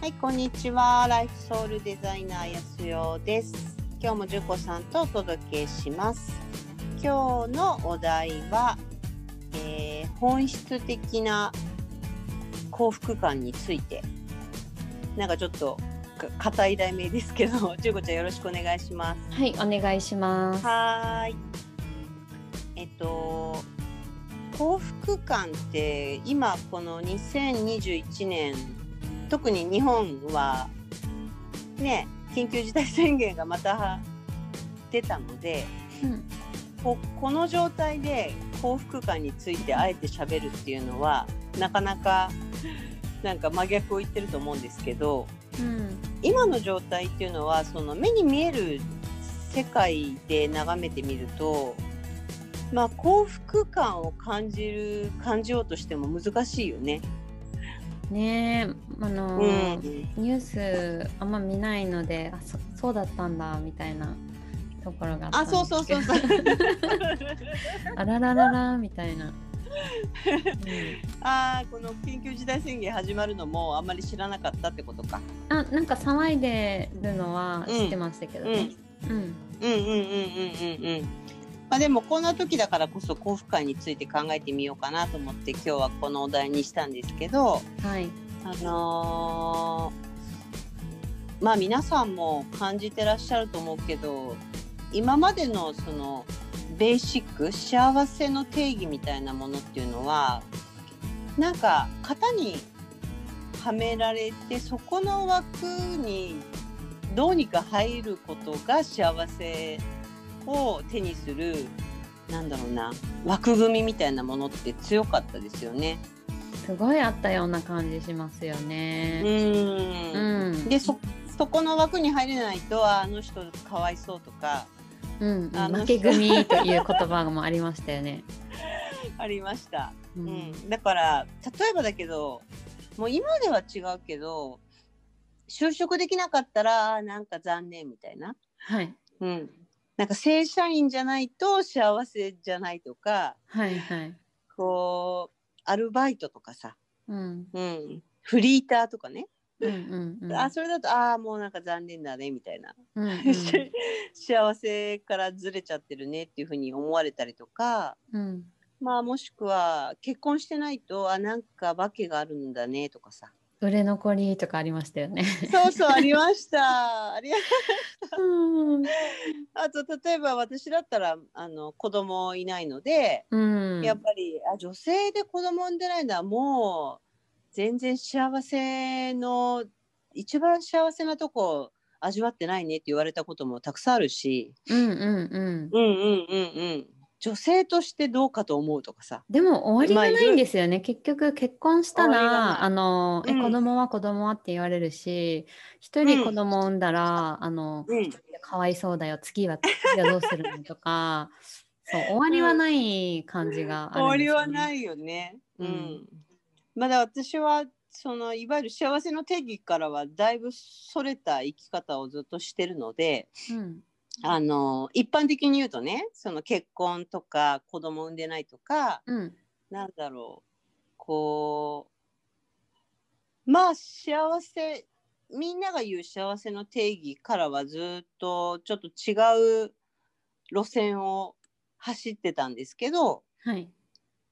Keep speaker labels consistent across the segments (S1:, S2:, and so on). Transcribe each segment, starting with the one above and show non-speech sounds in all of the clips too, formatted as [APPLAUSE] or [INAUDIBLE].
S1: はい、こんにちは。ライフソウルデザイナーやすよです。今日もじゅこさんとお届けします。今日のお題は、えー本質的な幸福感について。なんかちょっとか [LAUGHS] 硬い題名ですけど、じゅこちゃんよろしくお願いします。
S2: はい、お願いします。
S1: はーい。えっと幸福感って今この2021年特に日本はね緊急事態宣言がまた出たので
S2: うん
S1: ここの状態で幸福感についてあえて喋るっていうのはなかなかなんか真逆を言ってると思うんですけど。
S2: うん、
S1: 今の状態っていうのはその目に見える世界で眺めてみると、まあ、幸福感を感じる感じようとしても難しいよね。
S2: ねえ、あ
S1: う
S2: のー
S1: ん、
S2: ニュースあんま見ないので、あそそうだったんだみたいなところがった
S1: あ
S2: んです
S1: そうそうそう
S2: け
S1: そ
S2: ど
S1: う
S2: あららららみたいな。
S1: [LAUGHS] あーこの緊急事態宣言始まるのもあんまり知らなかったってことか。
S2: うん、あ、なんか騒いでるのは
S1: うん
S2: 知ってましたけどね。うん、
S1: うんうんうんうんうんうんうん。まあ、でもこんな時だからこそ幸福感について考えてみようかなと思って今日はこのお題にしたんですけど、
S2: はい、
S1: あのーまあ皆さんも感じてらっしゃると思うけど今までのそのベーシック幸せの定義みたいなものっていうのはなんか型にはめられてそこの枠にどうにか入ることが幸せを手にするなんだろうな枠組みみたいなものって強かったですよね。
S2: すごいあったような感じしますよ
S1: う
S2: ね。
S1: ーん
S2: うん、
S1: でそそこの枠に入れないとああの人かわいそうとか
S2: うん、うん
S1: あの
S2: 負け組という言葉もありましたよね。
S1: ありました、
S2: う
S1: うん
S2: ん、
S1: だから例えばだけどもう今では違うけど就職できなかったらあーなんか残念みたいな、
S2: はい、
S1: うん、なんか正社員じゃないと幸せじゃないとか
S2: はい、はい。
S1: こうアルバイトとかさ、
S2: うん、
S1: うん、フリーターとかね、
S2: うん、うん、うん。
S1: [LAUGHS] あそれだとああもうなんか残念だねみたいな
S2: うんう
S1: [LAUGHS]
S2: ん
S1: し幸せからずれちゃってるねっていうふうに思われたりとか、
S2: うん
S1: まあ、もしくは結婚してないとあなんか訳があるんだねとか
S2: [LAUGHS]
S1: さ
S2: 売れ残りとかありましたよね。
S1: そうそうありましたあり
S2: うん、
S1: あと例えば私だったらあの子供いないので、
S2: [LAUGHS] うん、
S1: やっぱりあ女性で子供産んでないのはもう全然幸せの一番幸せなとこ味わってないねって言われたこともたくさんあるし。
S2: うん、うん、うん。
S1: うんうんうんうん女性としてどうかと思うとかさ
S2: でも終わりがない
S1: まあ
S2: んですよね。結局結婚した
S1: 終わりがない
S2: ら、あの、え
S1: うん
S2: 子供は子供はって言われるし、一
S1: うん
S2: 人子供産んだら、あの、
S1: うん
S2: かわいそうだよ。次は次はどうするのとか、 [LAUGHS] そう終わりはない感じが。
S1: 終わりはないいよねうん、
S2: うん
S1: まだ私はそのいわゆる幸せの定義からはだいぶそれた生き方をずっとしてるので
S2: うん、
S1: あの一般的に言うとねその結婚とか子供産んでないとか
S2: うん、
S1: なんだろうこうまあ幸せみんなが言う幸せの定義からはずっとちょっと違う路線を走ってたんですけど
S2: はい。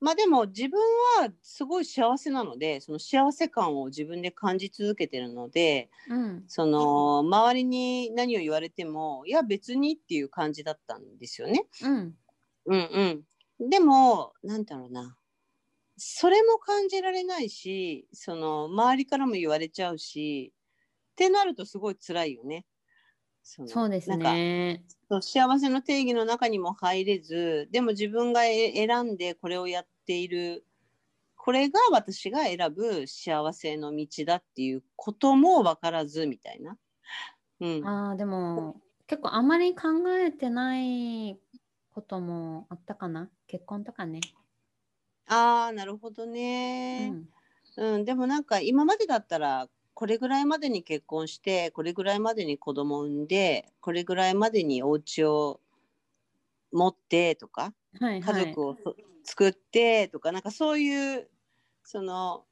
S1: まあでも自分はすごい幸せなのでその幸せ感を自分で感じ続けてるので
S2: うん、
S1: その周りに何を言われてもいや別にっていう感じだったんですよね。
S2: うん、
S1: うんうん、でもなんだろうなそれも感じられないしその周りからも言われちゃうしってなるとすごい辛いよね。その
S2: そうです
S1: なんか
S2: ね。
S1: そう幸せの定義の中にも入れずでも自分がえ選んでこれをやっているこれが私が選ぶ幸せの道だっていうことも分からずみたいな。うん、
S2: ああでも結構あまり考えてないこともあったかな結婚とかね、
S1: あーなるほど
S2: う
S1: ね。
S2: ん、
S1: うん、でもなんか今までだったらこれぐらいまでに結婚してこれぐらいまでに子供産んでこれぐらいまでにお家を持ってとか
S2: はい
S1: 家
S2: はい
S1: 族をそ作ってとか、なんかそういうその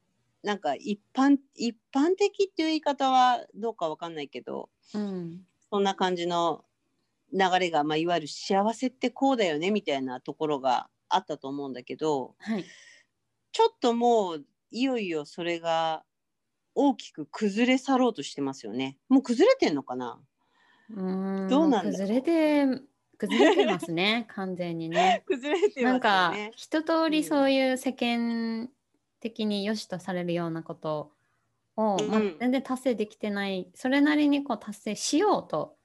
S1: なんか一般一般的っていう言い方はどうかわかんないけど
S2: うん
S1: そんな感じの流れが、まあ、いわゆる幸せってこうだよねみたいなところがあったと思うんだけど
S2: はい
S1: ちょっともういよいよそれが大きく崩れ去ろうとしてますよね。もう崩れてんのかな
S2: うーん
S1: どうなんだろう
S2: 崩れて崩れてますね完全にね。
S1: 崩れて
S2: なんか
S1: ね。
S2: 一通
S1: うん
S2: りそういう世間的に良しとされるようなことを、まあ
S1: うん
S2: 全然達成できてないそれなりにこう達成しようと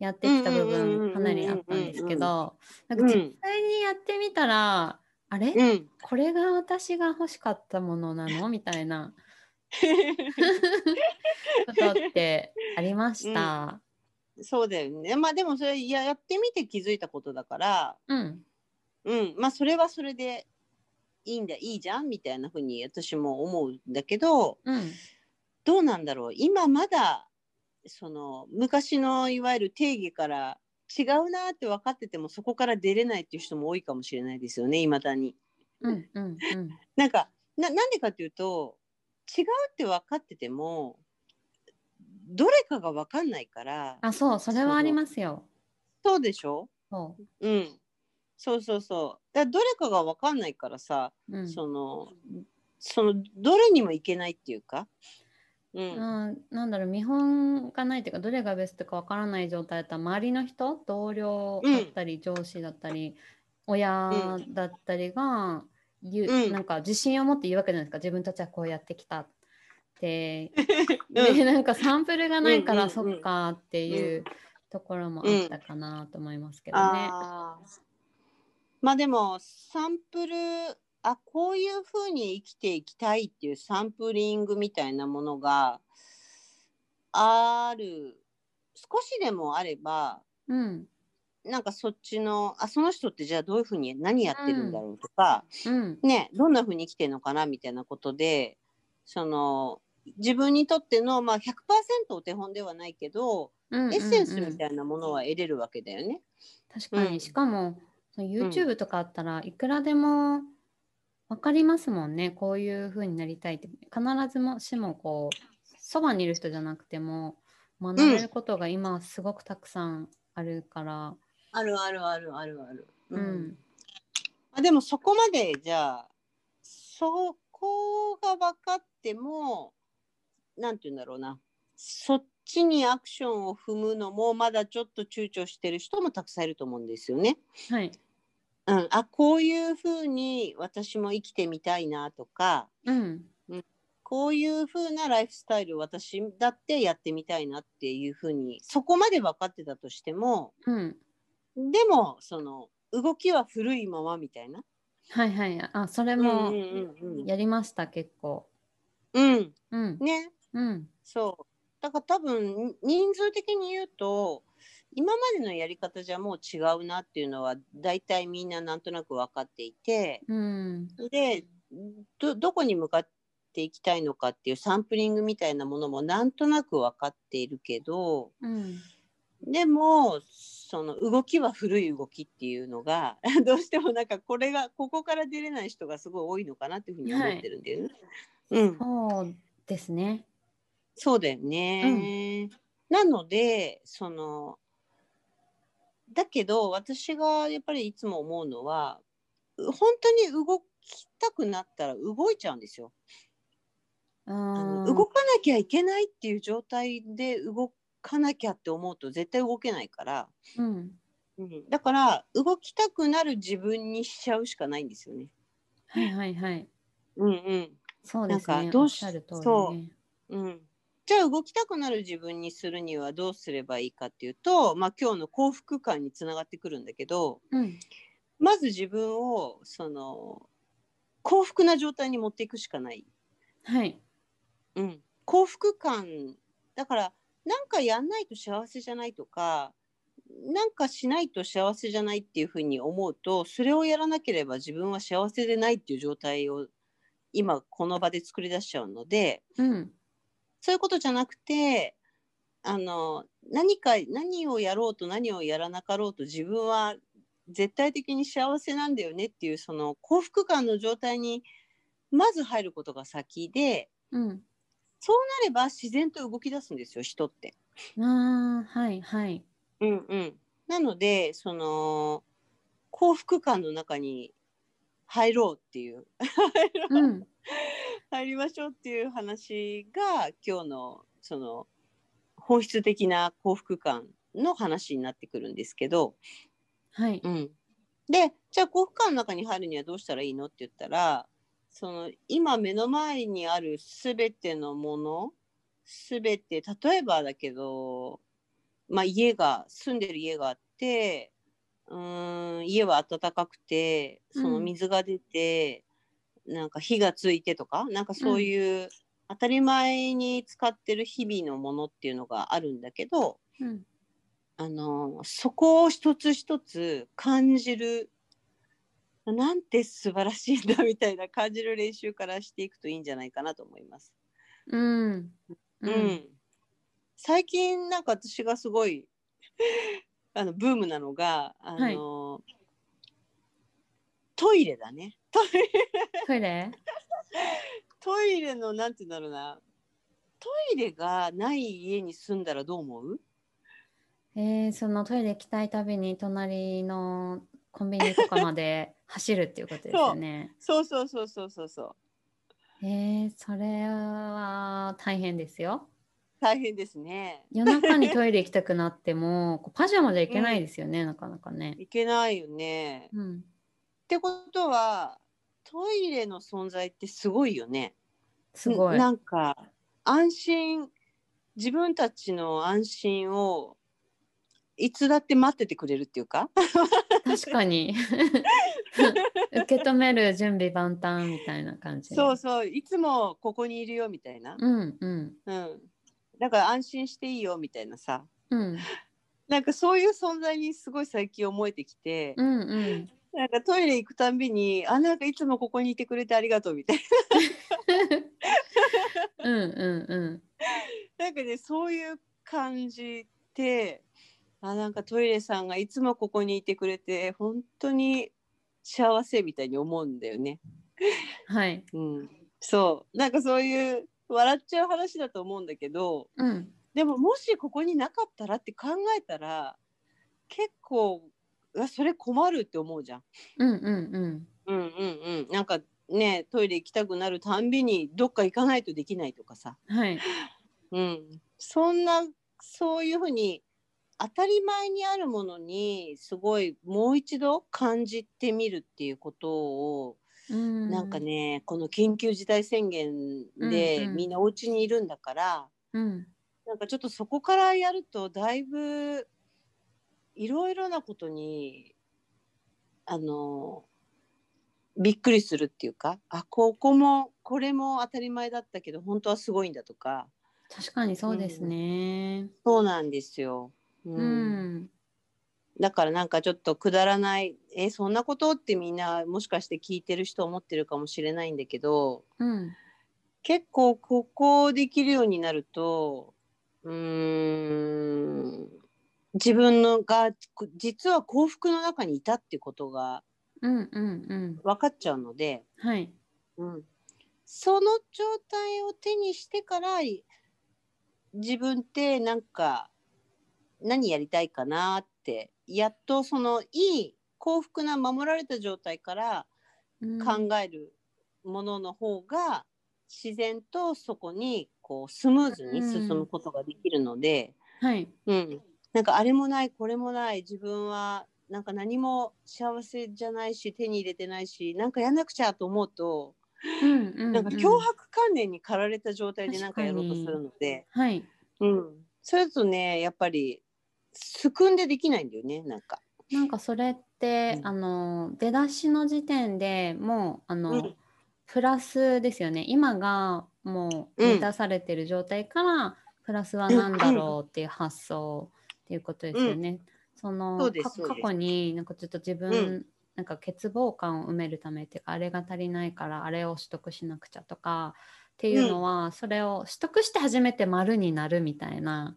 S2: やってきた部
S1: うんうんうんうんうんうん
S2: 分かなりあったんですけどなんか
S1: うん
S2: 実際にやってみたら、あれ、
S1: うん、
S2: これが私が欲しかったものなのみたいなことってありました。
S1: [LAUGHS] そうだよねまあでもそれややってみて気づいたことだから
S2: うん、
S1: うんまあそれはそれでいいんだいいじゃんみたいな風に私も思うんだけど
S2: うん
S1: どうなんだろう今まだその昔のいわゆる定義から違うなって分かっててもそこから出れないっていう人も多いかもしれないですよねいまだに。
S2: うんうんうん
S1: なんかななんでかっていうと違うって分かっててもどれかが分かんないから
S2: あそうそれはありますよ。
S1: そうでしょ
S2: そ
S1: うん、そうそうそう。だからどれかが分かんないからさ、
S2: う、うん
S1: そのそのどれにもいけないっていうか、うん
S2: うん、なんだろう見本がないというかどれがベストかわからない状態だったら周りの人同僚だったり、上司だったり親だったりが、言う
S1: うん
S2: なんか自信を持って言うわけじゃないですか自分たちはこうやってきたって、
S1: [LAUGHS] う
S2: で
S1: ん
S2: なんかサンプルがないから、
S1: うんうんうん
S2: そっかっていうところもあったかなと思いますけどね。
S1: あーまあでもサンプルあこういうふうに生きていきたいっていうサンプリングみたいなものがある少しでもあれば
S2: うん
S1: なんかそっちのあその人ってじゃあどういうふうに何やってるんだろうとか、
S2: うん
S1: ね、どんな風に生きてるのかなみたいなことでその自分にとっての、まあ、100%お手本ではないけど、
S2: うん
S1: エッセンス
S2: うんうん
S1: みたいなものは得れるわけだよね。
S2: 確かに、
S1: うん
S2: しかもその YouTube とかあったらいくらでも分かりますもんねこういう風になりたいって必ずもしもこうそばにいる人じゃなくても学べることが今はすごくたくさんあるから、
S1: あるあるあるあるある。
S2: うん
S1: まあ、でもそこまでじゃあそこが分かってもなんて言うんだろうなそっちにアクションを踏むのもまだちょっと躊躇してる人もたくさんいると思うんですよね。
S2: はい、
S1: うん、あこういうふうに私も生きてみたいなとか
S2: うん
S1: こういうふうなライフスタイル私だってやってみたいなっていうふうにそこまで分かってたとしても
S2: うん、
S1: でもその動きは古いままみたいな。
S2: はいはいあそれ
S1: う
S2: も
S1: んうん
S2: やりました、結構
S1: うんうん、
S2: うん
S1: ね
S2: うん
S1: そうだから多分に人数的に言うと今までのやり方じゃもう違うなっていうのは大体みんななんとなく分かっていて。
S2: うん
S1: でどどこに向かっていきたいのかっていうサンプリングみたいなものもなんとなく分かっているけど
S2: うん
S1: でもその動きは古い動きっていうのが [LAUGHS] どうしてもなんかこれがここから出れない人がすごい多いのかなっていうふうに思ってるんだよね。うん、
S2: そうですね
S1: そうだよね、なのでそのだけど私がやっぱりいつも思うのはう本当に動きたくなったら動いちゃうんですよ。
S2: う
S1: あの
S2: ん
S1: 動かなきゃいけないっていう状態で動かなきゃって思うと絶対動けないから、
S2: うん
S1: うん、だから動きたくなる自分にしちゃうしかないんですよね。
S2: はいはいはい
S1: うんうん
S2: そうです
S1: なん
S2: ね
S1: かど
S2: お
S1: う
S2: っ
S1: し
S2: しゃる通り
S1: そう
S2: ね
S1: うん、じゃあ動きたくなる自分にするにはどうすればいいかっていうと、まあ、今日の幸福感につながってくるんだけど
S2: うん
S1: まず自分をその幸福な状態に持っていくしかない。
S2: はい。
S1: うん、幸福感だからなんかやんないと幸せじゃないとかなんかしないと幸せじゃないっていうふうに思うとそれをやらなければ自分は幸せでないっていう状態を今この場で作り出しちゃうので
S2: うん。
S1: そういうことじゃなくてあの何か何をやろうと何をやらなかろうと自分は絶対的に幸せなんだよねっていうその幸福感の状態にまず入ることが先で
S2: うん。
S1: そうなれば自然と動き出すんですよ人って。
S2: ああ、はいはい。
S1: うんうん、なのでその幸福感の中に入ろうっていう
S2: うん。
S1: [LAUGHS] 入りましょうっていう話が今日のその本質的な幸福感の話になってくるんですけど、
S2: はい。
S1: うん、でじゃあ幸福感の中に入るにはどうしたらいいのって言ったらその今目の前にある全てのもの全て例えばだけど、まあ、家が住んでる家があってうーん家は暖かくてその
S2: うん
S1: 水が出て、なんか火がついてとかなんかそういう当たり前に使ってる日々のものっていうのがあるんだけど、
S2: うん。
S1: あのそこを一つ一つ感じるなんて素晴らしいんだみたいな感じる練習からしていくといいんじゃないかなと思います。
S2: うん。
S1: う。ん、最近なんか私がすごい [LAUGHS] あのブームなのがあの、トイレだねトイレ
S2: トイレ
S1: トイレのなんて言うんだろうなトイレがない家に住んだらどう思う
S2: えー、そのトイレ行きたいたびに隣のコンビニとか
S1: [LAUGHS]
S2: まで走るっていうことですよね。
S1: そうそうそうそうそうそう
S2: えー、それは大変ですよ。
S1: 大変ですね。
S2: 夜中にトイレ行きたくなっても、こうパジャマじゃいけないですよね、なかなかね。
S1: いけないよね。
S2: うん。
S1: ってことはトイレの存在ってすごいよね。
S2: すごい。
S1: なんか安心自分たちの安心をいつだって待っててくれるっていう
S2: [LAUGHS]
S1: か
S2: 確かに。受け止める準備万端みたいな感じ。
S1: そうそういつもここにいるよみたいな、
S2: うんうん
S1: うん、だから安心していいよみたいなさ
S2: うん
S1: なんかそういう存在にすごい最近思えてきて、
S2: うんうん。
S1: なんかトイレ行くたんびにあなんかいつもここにいてくれてありがとうみたい
S2: うんうんうん。
S1: ななんかねそういう感じってあなんかトイレさんがいつもここにいてくれて本当に幸せみたいに思うんだよね。
S2: はい。
S1: うん、そうなんかそういう笑っちゃう話だと思うんだけど
S2: うん。
S1: でももしここになかったらって考えたら結構あそれ困るって思うじゃん。
S2: うんうん
S1: うんうんうん、なんかねトイレ行きたくなるたんびにどっか行かないとできないとかさ、
S2: うん。はい。
S1: うん、そんなそういうふうに当たり前にあるものにすごいもう一度感じてみるっていうことを
S2: うん。
S1: なんか。ね、この緊急事態宣言で、
S2: うんうん
S1: みんなお家にいるんだから
S2: うん。
S1: なんかちょっとそこからやるとだいぶいろいろなことにあのびっくりするっていうかあここもこれも当たり前だったけど本当はすごいんだとか
S2: 確かにそうですね。
S1: そうなんですよ。うん
S2: うん。
S1: だからなんかちょっとくだらないえそんなことってみんなもしかして聞いてる人思ってるかもしれないんだけど
S2: うん。
S1: 結構ここできるようになるとうーん自分のがこ実は幸福の中にいたってことが
S2: うんうんうん。
S1: 分かっちゃうので、
S2: はい。
S1: うん、その状態を手にしてからい自分ってなんか何やりたいかなってやっとそのいい幸福な守られた状態から
S2: うん
S1: 考えるものの方が自然とそこにこうスムーズに進むことができるので、
S2: はい。
S1: うんなんかあれもないこれもない自分はなんか何も幸せじゃないし手に入れてないしなんかやんなくちゃと思うと、
S2: うんうん。
S1: なんか脅迫観念に駆られた状態でなんかやろうとするので、
S2: はい。
S1: うん、それだとねやっぱりすくんでできないんだよねなんか。
S2: なんかそれって、
S1: うん
S2: あの出だしの時点でもうあの、
S1: うん
S2: プラスですよね今がもう
S1: うん
S2: 満たされてる状態から、プラスは何だろうっていう発想っていうことですよね。その
S1: そうです
S2: か
S1: そうで
S2: 過
S1: す
S2: 去になんかちょっと自分、
S1: うん
S2: なんか欠乏感を埋めるためっていうかあれが足りないからあれを取得しなくちゃとかっていうのは、それを取得して初めて丸になるみたいな。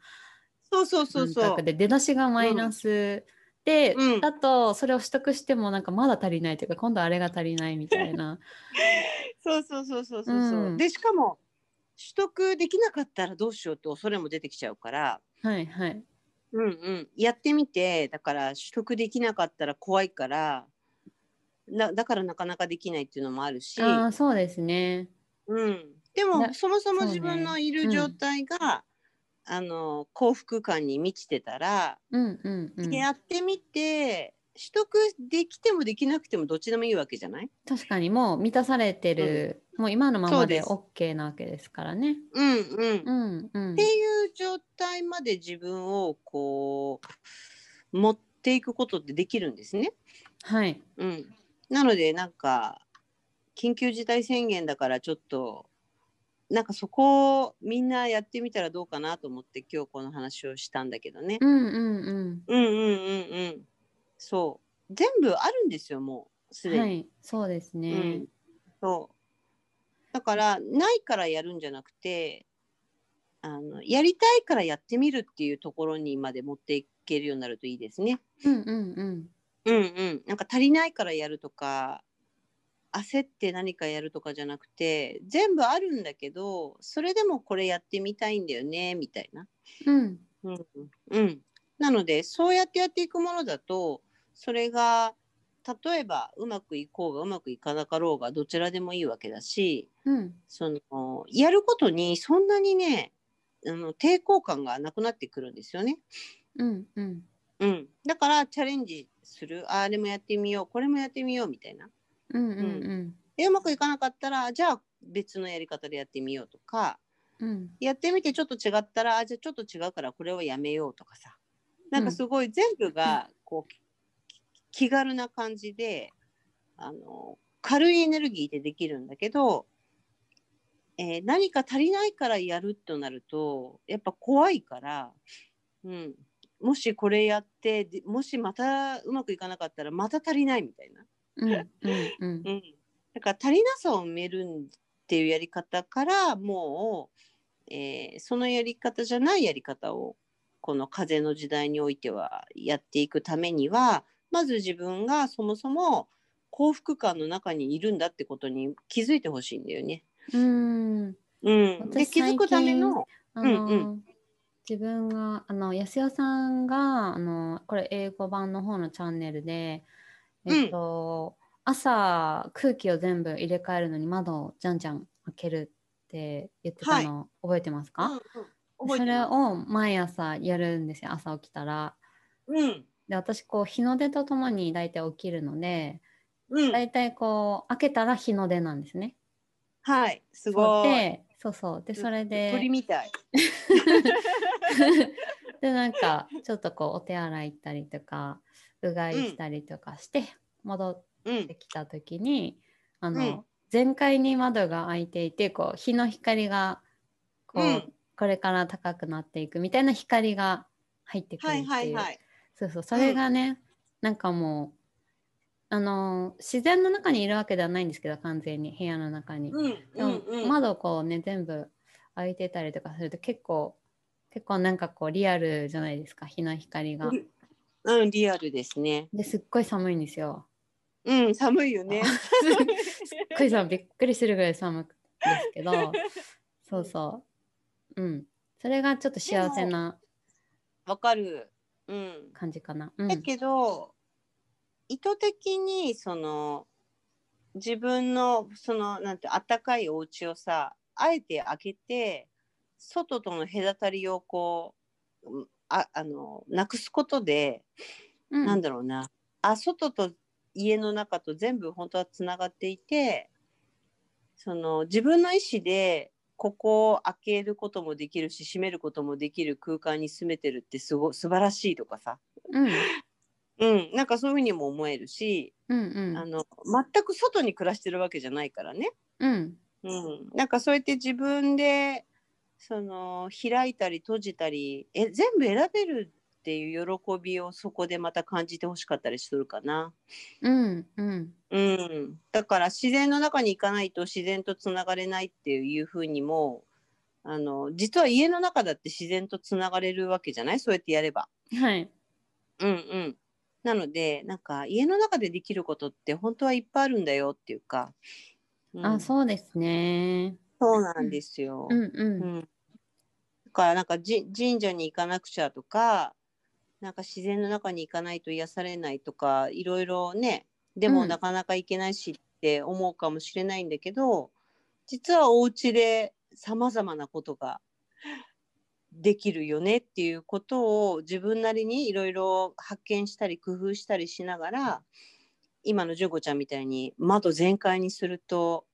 S1: そうそうそう
S2: 文
S1: そう
S2: 脈。で出だしがマイナスで、
S1: うん [LAUGHS]
S2: だとそれを取得してもなんかまだ足りないというか今度あれが足りないみたいな
S1: そうそうそうそうそうそう、
S2: うん
S1: でしかも取得できなかったらどうしようって恐れも出てきちゃうから、
S2: はいはい。
S1: うんうん、やってみてだから取得できなかったら怖いからなだからなかなかできないっていうのもあるし、
S2: ああ、そうですね。
S1: うん、で
S2: な
S1: もそもそも
S2: そうね
S1: 自分のいる状態が、あの幸福感に満ちてたら、
S2: うんうんうん。
S1: やってみて取得できてもできなくてもどっちでもいいわけじゃない
S2: 確かにもう満たされてる、もう今のま
S1: そ
S2: ま
S1: う
S2: で
S1: です
S2: OK なわけですからね。
S1: うんうん
S2: う、んうん
S1: って。いう状態まで自分をこう持っていくことってできるんですね。
S2: はい。
S1: うん、なのでなんか緊急事態宣言だからちょっとなんかそこをみんなやってみたらどうかなと思って今日この話をしたんだけどね。
S2: うんうん
S1: うんうんうんうん。そう全部あるんですよもうす
S2: う
S1: で
S2: ん。
S1: に。
S2: はい。そうです
S1: う
S2: ね
S1: ん。、そうだからないからやるんじゃなくてあのやりたいからやってみるっていうところにまで持っていけるようになるといいですね。
S2: うんうんうん。
S1: うんうん、なんか足りないからやるとか焦って何かやるとかじゃなくて全部あるんだけどそれでもこれやってみたいんだよねみたいな。
S2: うん。
S1: うんうん、なのでそうやってやっていくものだとそれが例えばうまくいこうがうまくいかなかろうがどちらでもいいわけだし
S2: うん。
S1: そのやることにそんなにねあの抵抗感がなくなってくるんですよね。
S2: うんうん。
S1: うん、だからチャレンジするああれもやってみようこれもやってみようみたいな。
S2: うんうん
S1: でうまくいかなかったらじゃあ別のやり方でやってみようとか
S2: うん。うん。
S1: やってみてちょっと違ったらあじゃあちょっと違うからこれはやめようとかさなん
S2: う
S1: か
S2: ん
S1: すごい全部がこう、き気軽な感じであの軽いエネルギーでできるんだけど、えー何か足りないからやるとなるとやっぱ怖いから、うん、もしこれやってでもしまたうまくいかなかったらまた足りないみたいな。
S2: うんうんうん
S1: う。ん、だから足りなさを埋めるっていうやり方からもう、えーそのやり方じゃないやり方をこの風の時代においてはやっていくためにはまず自分がそもそも幸福感の中にいるんだってことに気づいてほしいんだよね。 [LAUGHS]
S2: うん。
S1: うん、で
S2: 私
S1: 気づくための、
S2: あの、
S1: うんう
S2: 自分があの安代さんがあのこれ英語版の方のチャンネルで、えっと朝空気を全部入れ替えるのに窓をじゃんじゃん開けるって言ってたの、覚えてます
S1: うんう
S2: か、
S1: ん覚え
S2: そ
S1: て
S2: れ
S1: ます
S2: を毎朝やるんですよ朝起きたら。
S1: うん
S2: で私こう日の出とともに大体起きるので
S1: うん、
S2: 大体こう開けたら日の出なんですね。
S1: はいすごい。
S2: でそうそうでそれで
S1: 鳥みたい。
S2: [LAUGHS] でなんかちょっとこうお手洗い行ったりとかうがいしたりとかして戻っ
S1: うん
S2: てきた時に、あの、
S1: うん
S2: 全開に窓が開いていてこう日の光がこう、
S1: うん
S2: これから高くなっていくみたいな光が入ってくるっ
S1: は
S2: てい、
S1: いうはいはい。
S2: そうそうそれがね、なんかもうあの自然の中にいるわけではないんですけど完全に部屋の中に。
S1: うん
S2: で
S1: う
S2: も
S1: んうん。
S2: 窓こうね全部開いてたりとかすると結構結構なんかこうリアルじゃないですか日の光が。
S1: うん、リアルですね。
S2: ですっごい寒いんですよ。
S1: うん、寒いよ [LAUGHS] ね。
S2: すっごい寒いびっくりするぐらい寒くです
S1: [LAUGHS]
S2: けどそうそううんそれがちょっと幸せな
S1: わかる。うん。
S2: 感じかな。うん、
S1: だけど、意図的にその自分のそのなんて暖かいお家をさ、あえて開けて外との隔たりをこううんああのなくすことで、
S2: うん
S1: なんだろうな。あ、外と家の中と全部本当はつながっていて、その自分の意思でここを開けることもできるし、閉めることもできる空間に住めてるってすご素晴らしいとかさ。
S2: うん
S1: うん、なんかそういうふうにも思えるし、
S2: うん
S1: あの全く外に暮らしてるわけじゃないからね。
S2: うんうん
S1: うん、なんかそうやって自分でその開いたり閉じたりえ全部選べるっていう喜びをそこでまた感じてほしかったりするかな。
S2: うんうん
S1: うん、だから自然の中に行かないと自然とつながれないっていうふうにもあの実は家の中だって自然とつながれるわけじゃないそうやってやれば。
S2: はい
S1: うんうん、なのでなんか家の中でできることって本当はいっぱいあるんだよっていうか、うん
S2: あそうですね。
S1: そうなんですよ。
S2: うんうん。
S1: うんだからなんかじ神社に行かなくちゃとかなんか自然の中に行かないと癒されないとかいろいろねで
S2: う
S1: も
S2: ん
S1: なかなか行けないしって思うかもしれないんだけど、実はお家でさまざまなことができるよねっていうことを自分なりにいろいろ発見したり工夫したりしながら今のジュゴちゃんみたいに窓全開にすると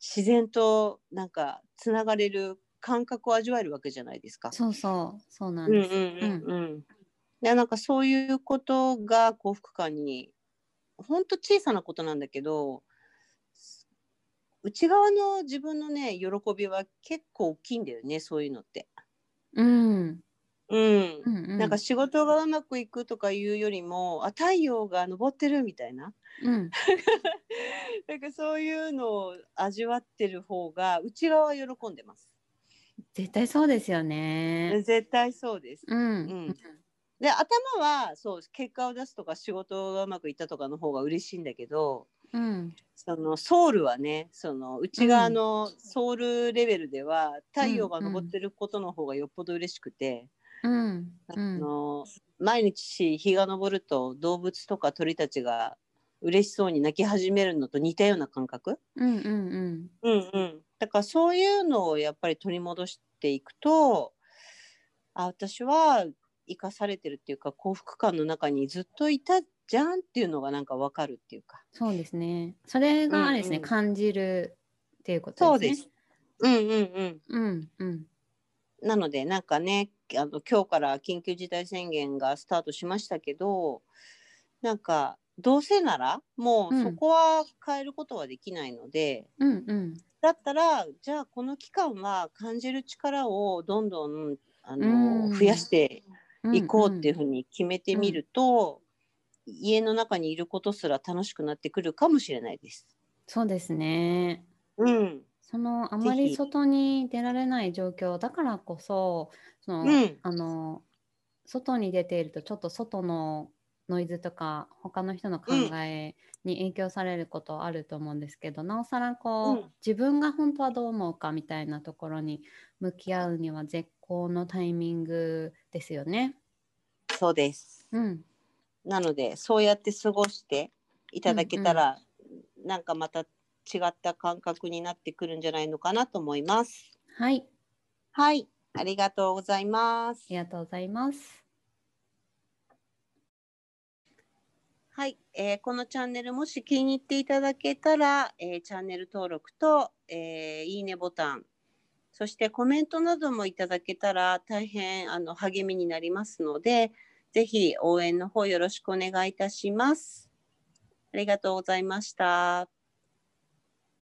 S1: 自然となんかつながれる感覚を味わえるわけじゃないですか。
S2: そうそう、そうなん
S1: うんうん
S2: です。
S1: うんうん。でなんかそういうことが幸福感にほんと小さなことなんだけど内側の自分のね喜びは結構大きいんだよねそういうのって。
S2: うん。
S1: うん
S2: う。ん。
S1: なんか、仕事がうまくいくとかいうよりもあ太陽が昇ってるみたいな
S2: うん。
S1: なんかそういうのを味わってる方が内側は喜んでます。
S2: 絶対そうですよね。
S1: 絶対そうです。
S2: うん。
S1: うんで頭はそう結果を出すとか仕事がうまくいったとかの方が嬉しいんだけど
S2: うん。
S1: そのソウルはねその内側のソウルレベルでは太陽が昇ってることの方がよっぽど嬉しくて、
S2: うん。う
S1: あ
S2: ん。
S1: の毎日日が昇ると動物とか鳥たちが嬉しそうに泣き始めるのと似たような感覚、
S2: うん。うん。
S1: うんうん、だからそういうのをやっぱり取り戻していくとあ私は生かされてるっていうか幸福感の中にずっといたじゃんっていうのがなんかわかるっていうか
S2: そうですね。それがあれですね、
S1: うんうん
S2: 感じるっていうことですね。
S1: そう。うんうんうん
S2: うんうん。
S1: なのでなんかねあの今日から緊急事態宣言がスタートしましたけどなんかどうせならもうそこは変えることはできないので、
S2: うんうん。
S1: だったらじゃあこの期間は感じる力をどんどんあの、
S2: うん
S1: 増やして
S2: うん
S1: いこうっていうふうに決めてみると、家の中にいることすら楽しくなってくるかもしれないです。
S2: そうですね。
S1: うん、
S2: そのあま
S1: ぜ
S2: り
S1: ひ
S2: 外に出られない状況だからこそ、その、
S1: うん、
S2: あの外に出ているとちょっと外のノイズとか他の人の考えに影響されることあると思うんですけど、なおさらこう、
S1: うん
S2: 自分が本当はどう思うかみたいなところに向き合うには絶好のタイミングですよね。
S1: そうです。
S2: うん、
S1: なのでそうやって過ごしていただけたら、なんかまた違った感覚になってくるんじゃないのかなと思います。
S2: はい、
S1: はい、ありがとうございます
S2: あ。りがとうございます。
S1: はい、えーこのチャンネルもし気に入っていただけたら、えーチャンネル登録と、えーいいねボタンそしてコメントなどもいただけたら大変あの励みになりますのでぜひ応援の方よろしくお願いいたします。ありがとうございました。